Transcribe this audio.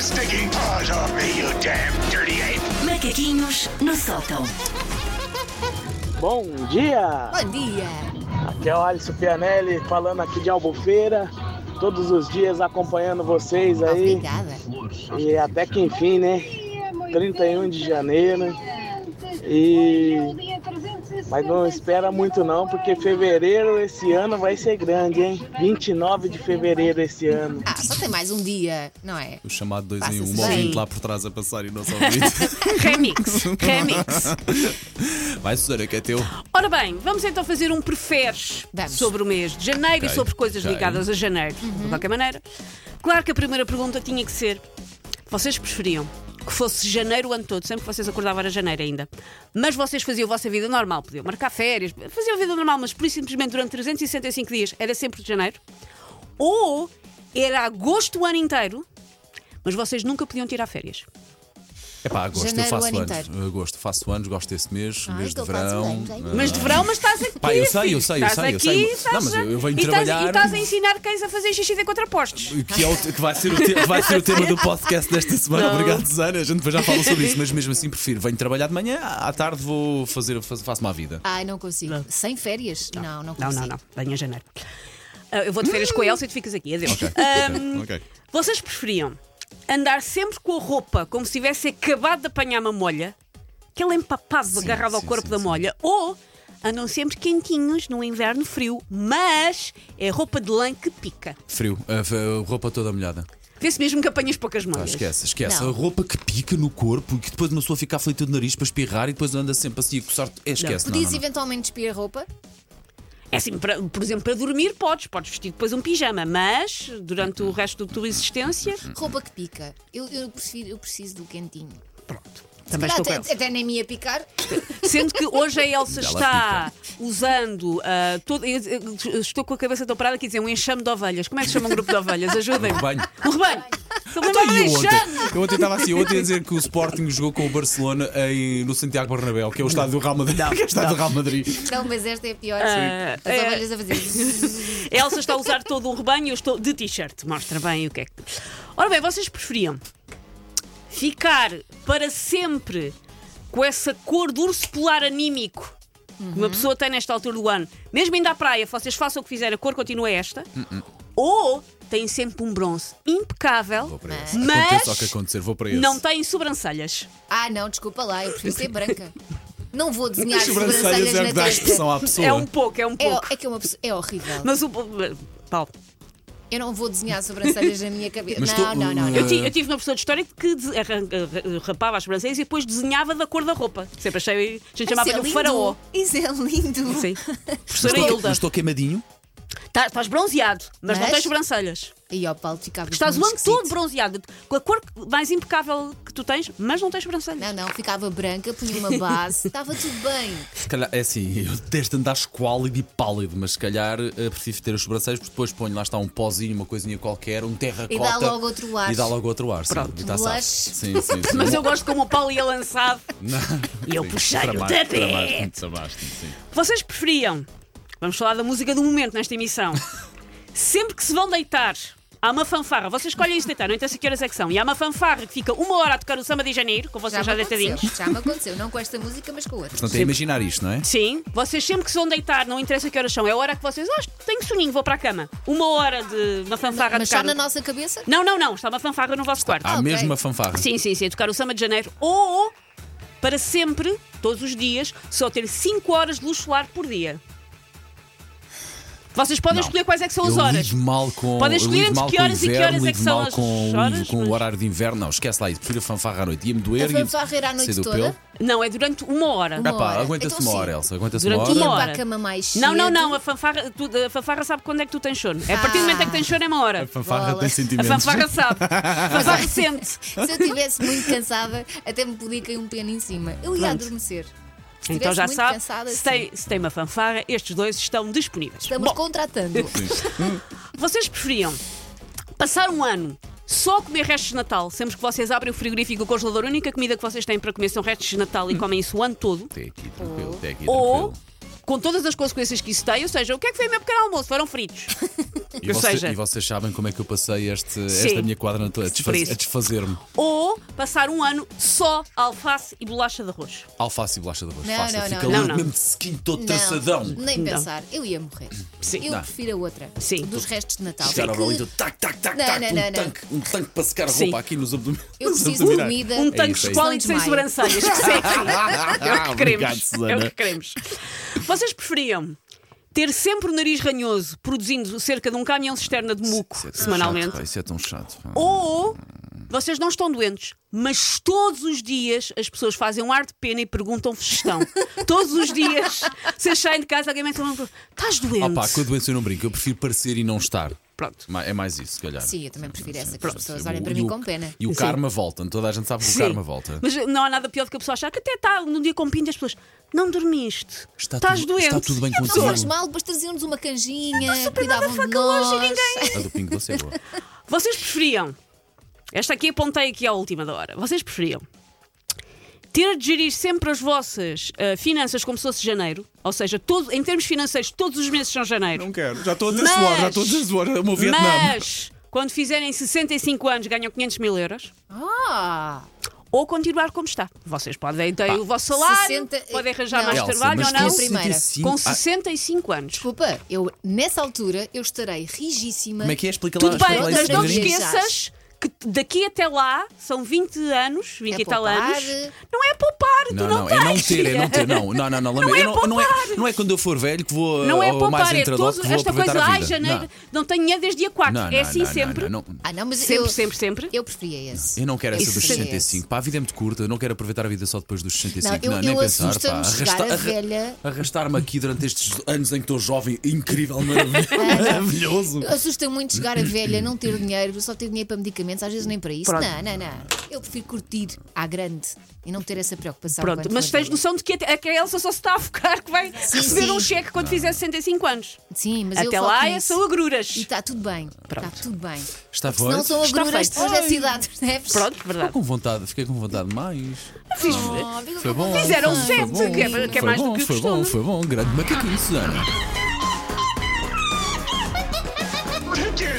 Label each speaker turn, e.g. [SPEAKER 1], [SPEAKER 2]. [SPEAKER 1] stinking paws off me, you damn dirty ape!
[SPEAKER 2] Macaquinhos no sótão.
[SPEAKER 3] Bom dia!
[SPEAKER 4] Bom dia!
[SPEAKER 3] Aqui é o Alisson Pianelli falando aqui de Albufeira, todos os dias acompanhando vocês aí.
[SPEAKER 4] Obrigada.
[SPEAKER 3] E até que enfim, né? 31 de janeiro. E mas não espera muito não, porque fevereiro esse ano vai ser grande, hein? 29 de fevereiro esse ano.
[SPEAKER 4] Ah, só tem mais um dia, não é?
[SPEAKER 5] O chamado 2 em 1,
[SPEAKER 4] Passa-se
[SPEAKER 5] um,
[SPEAKER 4] bem.
[SPEAKER 5] ouvinte lá por trás a passar e não só ouvinte.
[SPEAKER 6] Remix, remix.
[SPEAKER 5] Vai, Susana, que é teu.
[SPEAKER 6] Ora bem, vamos então fazer um preferes
[SPEAKER 4] Vamos.
[SPEAKER 6] sobre o mês de janeiro e
[SPEAKER 5] Ok,
[SPEAKER 6] sobre coisas
[SPEAKER 5] ok.
[SPEAKER 6] ligadas a janeiro, de qualquer maneira. Claro que a primeira pergunta tinha que ser: vocês preferiam que fosse janeiro o ano todo, sempre que vocês acordavam era janeiro ainda, mas vocês faziam a vossa vida normal, podiam marcar férias, faziam a vida normal, mas por isso simplesmente durante 365 dias era sempre de janeiro? Ou era agosto o ano inteiro, mas vocês nunca podiam tirar férias?
[SPEAKER 5] É pá, agosto,
[SPEAKER 4] Janeiro,
[SPEAKER 5] eu faço
[SPEAKER 4] o ano
[SPEAKER 5] anos.
[SPEAKER 4] inteiro.
[SPEAKER 5] Agosto, faço anos, gosto desse mês,
[SPEAKER 4] Ai,
[SPEAKER 5] mês de
[SPEAKER 4] então fazes
[SPEAKER 5] verão.
[SPEAKER 4] bem, bem.
[SPEAKER 5] Ah,
[SPEAKER 6] Mas de verão, mas estás aqui.
[SPEAKER 5] Pá, eu sei, eu
[SPEAKER 6] filho.
[SPEAKER 5] sei, eu
[SPEAKER 6] Estás
[SPEAKER 5] sei, eu
[SPEAKER 6] aqui,
[SPEAKER 5] sei.
[SPEAKER 6] Estás
[SPEAKER 5] Não, mas eu- eu venho
[SPEAKER 6] e estás-
[SPEAKER 5] trabalhar.
[SPEAKER 6] E estás a ensinar cães a fazer xixi de contrapostos.
[SPEAKER 5] Que, é o, que vai, ser o te- vai ser o tema do podcast desta semana. Obrigado, Susana. A gente depois já fala sobre isso, mas mesmo assim prefiro. Venho trabalhar de manhã, à tarde vou fazer, faço faço uma vida.
[SPEAKER 4] Ai, não consigo. Sem férias? Não, não,
[SPEAKER 6] Não,
[SPEAKER 4] consigo.
[SPEAKER 6] não, não. Venha em janeiro. Ah, eu vou de férias com a Elsa e tu ficas aqui. Adeus.
[SPEAKER 5] Ok,
[SPEAKER 6] Ahm,
[SPEAKER 5] ok, ok.
[SPEAKER 6] Vocês preferiam andar sempre com a roupa como se tivesse acabado de apanhar uma molha, aquele empapado agarrado ao
[SPEAKER 5] sim,
[SPEAKER 6] corpo
[SPEAKER 5] sim,
[SPEAKER 6] da
[SPEAKER 5] sim.
[SPEAKER 6] molha, ou andam sempre quentinhos no inverno frio, mas é roupa de lã que pica.
[SPEAKER 5] Frio, a a roupa toda molhada.
[SPEAKER 6] Vê-se mesmo que apanhas poucas
[SPEAKER 5] Pá,
[SPEAKER 6] molhas.
[SPEAKER 5] Ah, esquece, esquece.
[SPEAKER 4] Não.
[SPEAKER 5] A roupa que pica no corpo e que depois uma pessoa fica aflita do nariz para espirrar e depois anda sempre assim a coçar. É, esquece. Não,
[SPEAKER 4] Podias
[SPEAKER 5] não, não.
[SPEAKER 4] eventualmente despir a roupa?
[SPEAKER 6] É assim, para- por exemplo, para dormir podes, podes vestir depois um pijama, mas
[SPEAKER 5] Uhum.
[SPEAKER 6] durante o resto da tua existência,
[SPEAKER 4] Roupa que pica. Eu, eu, prefiro, eu preciso do quentinho.
[SPEAKER 6] pronto.
[SPEAKER 4] Se
[SPEAKER 6] Também
[SPEAKER 4] calhar
[SPEAKER 6] estou com a
[SPEAKER 4] até,
[SPEAKER 6] Elsa.
[SPEAKER 4] até nem me ia picar.
[SPEAKER 6] Sendo que hoje a Elsa
[SPEAKER 5] Ela
[SPEAKER 6] está usando. ah, todo- eu- eu- estou com a cabeça tão parada que dizem um enxame de ovelhas. Como é que se chama um grupo de ovelhas? Ajudem-me.
[SPEAKER 5] Um rebanho.
[SPEAKER 6] Um rebanho. Só me
[SPEAKER 5] Então,
[SPEAKER 6] lembrava
[SPEAKER 5] e
[SPEAKER 6] de
[SPEAKER 5] eu
[SPEAKER 6] enxame.
[SPEAKER 5] ontem, eu ontem estava assim, eu ontem a dizer que o Sporting jogou com o Barcelona em- no Santiago Bernabéu, que é o estádio do Real Madrid. que é o estádio do Real Madrid.
[SPEAKER 4] Não, mas esta é a pior.
[SPEAKER 6] Ah,
[SPEAKER 4] As
[SPEAKER 6] é.
[SPEAKER 4] ovelhas a fazer.
[SPEAKER 6] A Elsa está a usar todo um rebanho e eu estou de t-shirt. Mostra bem o que é que. Ora bem, vocês preferiam ficar para sempre com essa cor do urso polar anímico que uma pessoa tem nesta altura do ano, mesmo indo à praia, vocês façam o que fizerem, a cor continua esta,
[SPEAKER 5] Uh-uh.
[SPEAKER 6] ou têm sempre um bronze impecável,
[SPEAKER 5] para esse.
[SPEAKER 6] mas
[SPEAKER 5] Aconteça o que acontecer, vou para esse.
[SPEAKER 6] não têm sobrancelhas.
[SPEAKER 4] Ah, não, desculpa lá, eu prefiro ser branca. Não vou desenhar
[SPEAKER 5] As sobrancelhas
[SPEAKER 4] sobrancelhas
[SPEAKER 5] é o que dá
[SPEAKER 4] na
[SPEAKER 5] a
[SPEAKER 4] testa.
[SPEAKER 5] expressão à pessoa.
[SPEAKER 6] É um pouco, é um
[SPEAKER 4] É,
[SPEAKER 6] pouco.
[SPEAKER 4] é que é uma pessoa. É horrível.
[SPEAKER 6] Mas o. Paulo.
[SPEAKER 4] Eu não vou desenhar sobrancelhas na minha cabeça.
[SPEAKER 5] Mas
[SPEAKER 4] não,
[SPEAKER 5] tu-
[SPEAKER 4] não, não, não.
[SPEAKER 6] um, eh, Eu, ti- eu tive uma pessoa de história que des- arranca- ra- eh, rapava as sobrancelhas e depois desenhava da cor da roupa. Sempre achei. A gente chamava-lhe o faraó.
[SPEAKER 4] é Isso é lindo.
[SPEAKER 6] Sim.
[SPEAKER 5] mas
[SPEAKER 6] Professora
[SPEAKER 5] estou,
[SPEAKER 6] Hilda.
[SPEAKER 5] mas estou queimadinho.
[SPEAKER 6] Tá- estás bronzeado, mas, não
[SPEAKER 4] Mas?
[SPEAKER 6] tens sobrancelhas.
[SPEAKER 4] E ó, Paulo, ficava
[SPEAKER 6] Estás o
[SPEAKER 4] muito
[SPEAKER 6] ano todo
[SPEAKER 4] esquisito.
[SPEAKER 6] bronzeado, com a cor mais impecável que tu tens, mas não tens sobrancelhas.
[SPEAKER 4] Não, não, ficava branca, punha uma base, estava tudo bem.
[SPEAKER 5] Se calhar, é assim, eu detesto andar esquálido e pálido, mas se calhar eh, prefiro ter as sobrancelhas, porque depois ponho lá está um pozinho, uma coisinha qualquer, um terracota.
[SPEAKER 4] E dá logo outro ar.
[SPEAKER 5] E dá logo outro ar, sim.
[SPEAKER 6] Pronto.
[SPEAKER 5] E tá
[SPEAKER 4] Blush.
[SPEAKER 5] safe. Sim, sim, sim.
[SPEAKER 6] Mas eu gosto como o Paulo ia lançado.
[SPEAKER 5] Não.
[SPEAKER 6] E eu
[SPEAKER 5] Sim,
[SPEAKER 6] puxei
[SPEAKER 5] para
[SPEAKER 6] o
[SPEAKER 5] baixo, para
[SPEAKER 6] tapete.
[SPEAKER 5] baixo, para baixo, sim.
[SPEAKER 6] Vocês preferiam, vamos falar da música do momento nesta emissão, sempre que se vão deitar, há uma fanfarra, vocês escolhem se deitar, não interessa que horas é que são, e há uma fanfarra que fica uma hora a tocar o samba de janeiro, com vocês já,
[SPEAKER 4] me
[SPEAKER 6] deitadinhos.
[SPEAKER 4] aconteceu, já me aconteceu, não com esta música, mas com outra.
[SPEAKER 5] Portanto, é imaginar isto, não é?
[SPEAKER 6] Sim, vocês sempre que se vão deitar, não interessa que horas são, é a hora que vocês, ah, tenho soninho, vou para a cama. Uma hora de uma fanfarra
[SPEAKER 4] Mas
[SPEAKER 6] a
[SPEAKER 4] só
[SPEAKER 6] tocar.
[SPEAKER 4] na nossa cabeça?
[SPEAKER 6] Não, não, não, está uma fanfarra no vosso quarto.
[SPEAKER 5] Há
[SPEAKER 4] Ah, ok.
[SPEAKER 5] mesmo a fanfarra.
[SPEAKER 6] Sim, sim, sim, a tocar o samba de janeiro. Ou, para sempre, todos os dias, só ter 5 horas de luz solar por dia. Vocês podem
[SPEAKER 5] Não.
[SPEAKER 6] escolher quais é que são
[SPEAKER 5] Eu
[SPEAKER 6] as horas.
[SPEAKER 5] lido mal com,
[SPEAKER 6] Podem
[SPEAKER 5] eu
[SPEAKER 6] escolher
[SPEAKER 5] lido
[SPEAKER 6] entre
[SPEAKER 5] mal
[SPEAKER 6] que
[SPEAKER 5] com o
[SPEAKER 6] horas e que
[SPEAKER 5] inverno,
[SPEAKER 6] horas é que
[SPEAKER 5] lido
[SPEAKER 6] são
[SPEAKER 5] mal
[SPEAKER 6] as
[SPEAKER 5] com, o-
[SPEAKER 6] horas,
[SPEAKER 5] com
[SPEAKER 6] mas-
[SPEAKER 5] o horário de inverno. Não, esquece lá isso. Prefiro a fanfarra à noite. Ia-me doer
[SPEAKER 4] A
[SPEAKER 5] e-
[SPEAKER 4] fanfarra era à noite
[SPEAKER 5] sei do
[SPEAKER 4] toda?
[SPEAKER 5] pelo.
[SPEAKER 6] Não, é durante uma hora.
[SPEAKER 4] Uma
[SPEAKER 5] Ah pá,
[SPEAKER 4] hora.
[SPEAKER 5] aguenta-se
[SPEAKER 4] Então
[SPEAKER 5] uma
[SPEAKER 4] sim.
[SPEAKER 5] hora, Elsa. Aguenta-se uma
[SPEAKER 6] Durante
[SPEAKER 5] hora.
[SPEAKER 4] Ia
[SPEAKER 6] uma hora.
[SPEAKER 4] para a cama mais
[SPEAKER 6] Não, não,
[SPEAKER 4] cedo.
[SPEAKER 6] não, a fanfarra, tu- a fanfarra sabe quando é que tu tens sono. É a partir do
[SPEAKER 4] Ah.
[SPEAKER 6] momento em que tens sono é uma hora.
[SPEAKER 5] fanfarra
[SPEAKER 4] Bolas.
[SPEAKER 5] tem
[SPEAKER 6] A
[SPEAKER 5] sentimentos.
[SPEAKER 6] fanfarra sabe. A fanfarra sente.
[SPEAKER 4] Se eu estivesse muito cansada, até me podia cair um piano em cima. Eu ia adormecer. Se
[SPEAKER 6] Então
[SPEAKER 4] estivesse
[SPEAKER 6] já
[SPEAKER 4] muito
[SPEAKER 6] sabe,
[SPEAKER 4] cansada,
[SPEAKER 6] se
[SPEAKER 4] sim.
[SPEAKER 6] tem, se tem uma fanfarra, estes dois estão disponíveis.
[SPEAKER 4] Estamos
[SPEAKER 6] Bom,
[SPEAKER 4] contratando.
[SPEAKER 6] Vocês preferiam passar um ano só a comer restos de Natal, sempre que vocês abrem o frigorífico e o congelador, a
[SPEAKER 5] Hum.
[SPEAKER 6] única comida que vocês têm para comer são restos de Natal e comem isso o ano todo?
[SPEAKER 5] Até aqui, é tranquilo. Até aqui,
[SPEAKER 6] Ou
[SPEAKER 5] tranquilo.
[SPEAKER 6] com todas as consequências que isso tem. Ou seja, o que é que foi o meu pequeno almoço? Foram fritos.
[SPEAKER 5] E,
[SPEAKER 6] Ou
[SPEAKER 5] vocês-
[SPEAKER 6] seja-
[SPEAKER 5] e vocês sabem como é que eu passei este,
[SPEAKER 6] Sim.
[SPEAKER 5] esta minha quadra na- a
[SPEAKER 6] Por
[SPEAKER 5] desfaz-
[SPEAKER 6] isso.
[SPEAKER 5] a desfazer-me.
[SPEAKER 6] Ou passar um ano só alface e bolacha de arroz.
[SPEAKER 5] Alface e bolacha de arroz.
[SPEAKER 4] Não,
[SPEAKER 5] Fácil.
[SPEAKER 4] não,
[SPEAKER 5] Fica
[SPEAKER 4] não.
[SPEAKER 5] ali
[SPEAKER 6] Não, não.
[SPEAKER 5] mesmo de skin todo
[SPEAKER 4] Não,
[SPEAKER 5] traçadão.
[SPEAKER 4] Nem pensar, eu ia morrer.
[SPEAKER 6] Sim.
[SPEAKER 4] eu
[SPEAKER 5] Não.
[SPEAKER 4] prefiro a outra.
[SPEAKER 6] Sim.
[SPEAKER 4] Dos restos de Natal.
[SPEAKER 5] Chegar ao
[SPEAKER 4] Porque
[SPEAKER 5] rolito, tac, tac, tac,
[SPEAKER 4] Não,
[SPEAKER 5] tac,
[SPEAKER 4] não,
[SPEAKER 5] um,
[SPEAKER 4] não, não.
[SPEAKER 5] Tanque, um tanque para secar a
[SPEAKER 6] Sim.
[SPEAKER 5] roupa aqui nos abdominais.
[SPEAKER 4] Eu
[SPEAKER 5] nos
[SPEAKER 4] preciso de
[SPEAKER 5] abdominais.
[SPEAKER 4] comida.
[SPEAKER 6] Um
[SPEAKER 5] É
[SPEAKER 6] tanque
[SPEAKER 5] isso, é
[SPEAKER 6] de
[SPEAKER 5] isso.
[SPEAKER 6] squalid sem
[SPEAKER 4] Desmaio.
[SPEAKER 6] sobrancelhas.
[SPEAKER 5] É
[SPEAKER 6] Que sexy. É o que
[SPEAKER 5] Obrigado,
[SPEAKER 6] queremos. É o
[SPEAKER 5] Susana.
[SPEAKER 6] que queremos. Vocês preferiam ter sempre o nariz ranhoso produzindo cerca de um caminhão cisterna de muco
[SPEAKER 5] Isso é tão chato,
[SPEAKER 6] semanalmente?
[SPEAKER 5] pá, isso é tão chato. pá.
[SPEAKER 6] Ou vocês não estão doentes, mas todos os dias as pessoas fazem um ar de pena e perguntam-vos se estão. todos os dias, vocês saem de casa, alguém me pergunta: estás doente?
[SPEAKER 5] Ah, pá, com a doença eu não brinco. Eu prefiro parecer e não estar.
[SPEAKER 6] Pronto.
[SPEAKER 5] Ma- É mais isso, se calhar.
[SPEAKER 4] Sim, eu também
[SPEAKER 6] é
[SPEAKER 4] prefiro essa, que as pessoas
[SPEAKER 5] E
[SPEAKER 4] olhem
[SPEAKER 5] o-
[SPEAKER 4] para
[SPEAKER 5] e
[SPEAKER 4] mim
[SPEAKER 5] o-
[SPEAKER 4] com pena.
[SPEAKER 5] E o karma volta. Toda a gente sabe que o
[SPEAKER 6] Sim.
[SPEAKER 5] karma volta.
[SPEAKER 6] Mas não há nada pior do que a pessoa achar que até está num dia com pinta as pessoas. Não dormiste.
[SPEAKER 5] Está
[SPEAKER 6] estás
[SPEAKER 5] tudo-
[SPEAKER 6] doente.
[SPEAKER 5] está tudo bem
[SPEAKER 6] E a
[SPEAKER 5] contigo.
[SPEAKER 4] Não
[SPEAKER 6] pessoa-
[SPEAKER 4] faz mal, depois traziam-nos uma canjinha,
[SPEAKER 6] nada
[SPEAKER 4] cuidavam de
[SPEAKER 6] faca longe
[SPEAKER 4] nós.
[SPEAKER 6] e ninguém.
[SPEAKER 5] A do Pingo Doce é boa.
[SPEAKER 6] Vocês preferiam. Esta aqui apontei aqui à última da hora. Vocês preferiam ter de gerir sempre as vossas ah, finanças como se fosse janeiro, ou seja, todo- em termos financeiros, todos os meses são janeiro.
[SPEAKER 5] quero. Já estou a
[SPEAKER 6] dizer Mas- suor, já estou a dizer
[SPEAKER 5] suor. É o meu
[SPEAKER 6] Mas quando fizerem 65 anos ganham 500 mil euros.
[SPEAKER 4] Ah!
[SPEAKER 6] Ou continuar como está. Vocês podem ter
[SPEAKER 5] Pá,
[SPEAKER 6] o vosso salário,
[SPEAKER 4] 60
[SPEAKER 6] podem arranjar
[SPEAKER 4] não.
[SPEAKER 6] mais
[SPEAKER 5] Elsa,
[SPEAKER 6] trabalho
[SPEAKER 5] mas
[SPEAKER 6] ou não.
[SPEAKER 5] com
[SPEAKER 4] Primeira.
[SPEAKER 5] 65
[SPEAKER 6] Com
[SPEAKER 5] Ah,
[SPEAKER 6] 65 anos.
[SPEAKER 4] Desculpa, eu nessa altura eu estarei rigíssima.
[SPEAKER 5] Como é que é? Explica lá.
[SPEAKER 6] Tudo bem,
[SPEAKER 5] explica lá
[SPEAKER 6] mas
[SPEAKER 5] isso
[SPEAKER 6] não te
[SPEAKER 5] devagarinho.
[SPEAKER 4] esqueça-
[SPEAKER 6] esqueças que daqui até lá são 20 anos, 20 e tal
[SPEAKER 4] É poupar.
[SPEAKER 6] anos. Não é poupar, tu
[SPEAKER 5] Não,
[SPEAKER 6] não,
[SPEAKER 5] não,
[SPEAKER 6] tens.
[SPEAKER 5] é não ter, é não ter. Não, não, não, não. lamento.
[SPEAKER 6] é
[SPEAKER 5] Eu não, não é,
[SPEAKER 6] poupar.
[SPEAKER 5] não é quando eu for velho que vou
[SPEAKER 6] Não é
[SPEAKER 5] ao mais
[SPEAKER 6] poupar, é
[SPEAKER 5] entrador
[SPEAKER 6] todos
[SPEAKER 5] que vou
[SPEAKER 6] esta coisa.
[SPEAKER 5] aproveitar a
[SPEAKER 6] Ai,
[SPEAKER 5] vida.
[SPEAKER 6] janeiro,
[SPEAKER 5] Não.
[SPEAKER 6] não tenho dinheiro desde dia 4.
[SPEAKER 5] Não,
[SPEAKER 6] é
[SPEAKER 5] não,
[SPEAKER 6] assim
[SPEAKER 5] não,
[SPEAKER 6] sempre.
[SPEAKER 5] Não, não, não.
[SPEAKER 4] Ah, não, mas
[SPEAKER 6] Sempre,
[SPEAKER 4] eu,
[SPEAKER 6] sempre, sempre.
[SPEAKER 4] eu preferia esse.
[SPEAKER 5] Eu não quero essa
[SPEAKER 4] Isso
[SPEAKER 5] dos
[SPEAKER 4] sim.
[SPEAKER 5] 65. Pá, a vida é muito curta. Eu não quero aproveitar a vida só depois dos 65.
[SPEAKER 4] Não, eu-
[SPEAKER 5] nem
[SPEAKER 4] eu
[SPEAKER 5] pensar. Pá.
[SPEAKER 4] assusta-me chegar
[SPEAKER 5] Arrasta-
[SPEAKER 4] a velha.
[SPEAKER 5] Arrastar-me aqui durante estes anos em que estou jovem, incrível, maravilhoso. maravilhoso.
[SPEAKER 4] Assusta muito chegar a velha, não ter dinheiro, só ter dinheiro para medicamentos, às vezes nem para isso. Não, não, não. Eu prefiro curtir à grande e não ter essa preocupação.
[SPEAKER 6] Pronto,
[SPEAKER 4] quando
[SPEAKER 6] mas
[SPEAKER 4] for
[SPEAKER 6] tens
[SPEAKER 4] velha.
[SPEAKER 6] noção de que a, que a Elsa só se está a focar que vai receber
[SPEAKER 4] tá sim.
[SPEAKER 6] um cheque quando fizer 65 anos.
[SPEAKER 4] Sim, mas eu
[SPEAKER 6] Até
[SPEAKER 4] foco
[SPEAKER 6] lá é
[SPEAKER 4] nisso.
[SPEAKER 6] são agruras.
[SPEAKER 4] E está tudo bem.
[SPEAKER 6] Pronto.
[SPEAKER 4] Está tudo bem.
[SPEAKER 5] Está
[SPEAKER 4] Se não
[SPEAKER 5] forte?
[SPEAKER 4] são
[SPEAKER 6] Está
[SPEAKER 4] agruras
[SPEAKER 6] feito.
[SPEAKER 4] depois da cidade, percebes?
[SPEAKER 6] Pronto, verdade.
[SPEAKER 5] Com vontade, fiquei com vontade mais.
[SPEAKER 4] Oh, fica
[SPEAKER 5] Foi
[SPEAKER 4] com
[SPEAKER 5] bom.
[SPEAKER 4] vontade.
[SPEAKER 6] Fizeram
[SPEAKER 5] foi
[SPEAKER 6] sete,
[SPEAKER 5] bom,
[SPEAKER 6] que é- que é
[SPEAKER 5] foi
[SPEAKER 6] mais do
[SPEAKER 5] bom,
[SPEAKER 6] que o
[SPEAKER 5] Foi bom,
[SPEAKER 6] costume.
[SPEAKER 5] foi bom. Grande macaquinho, Susana.
[SPEAKER 1] Take your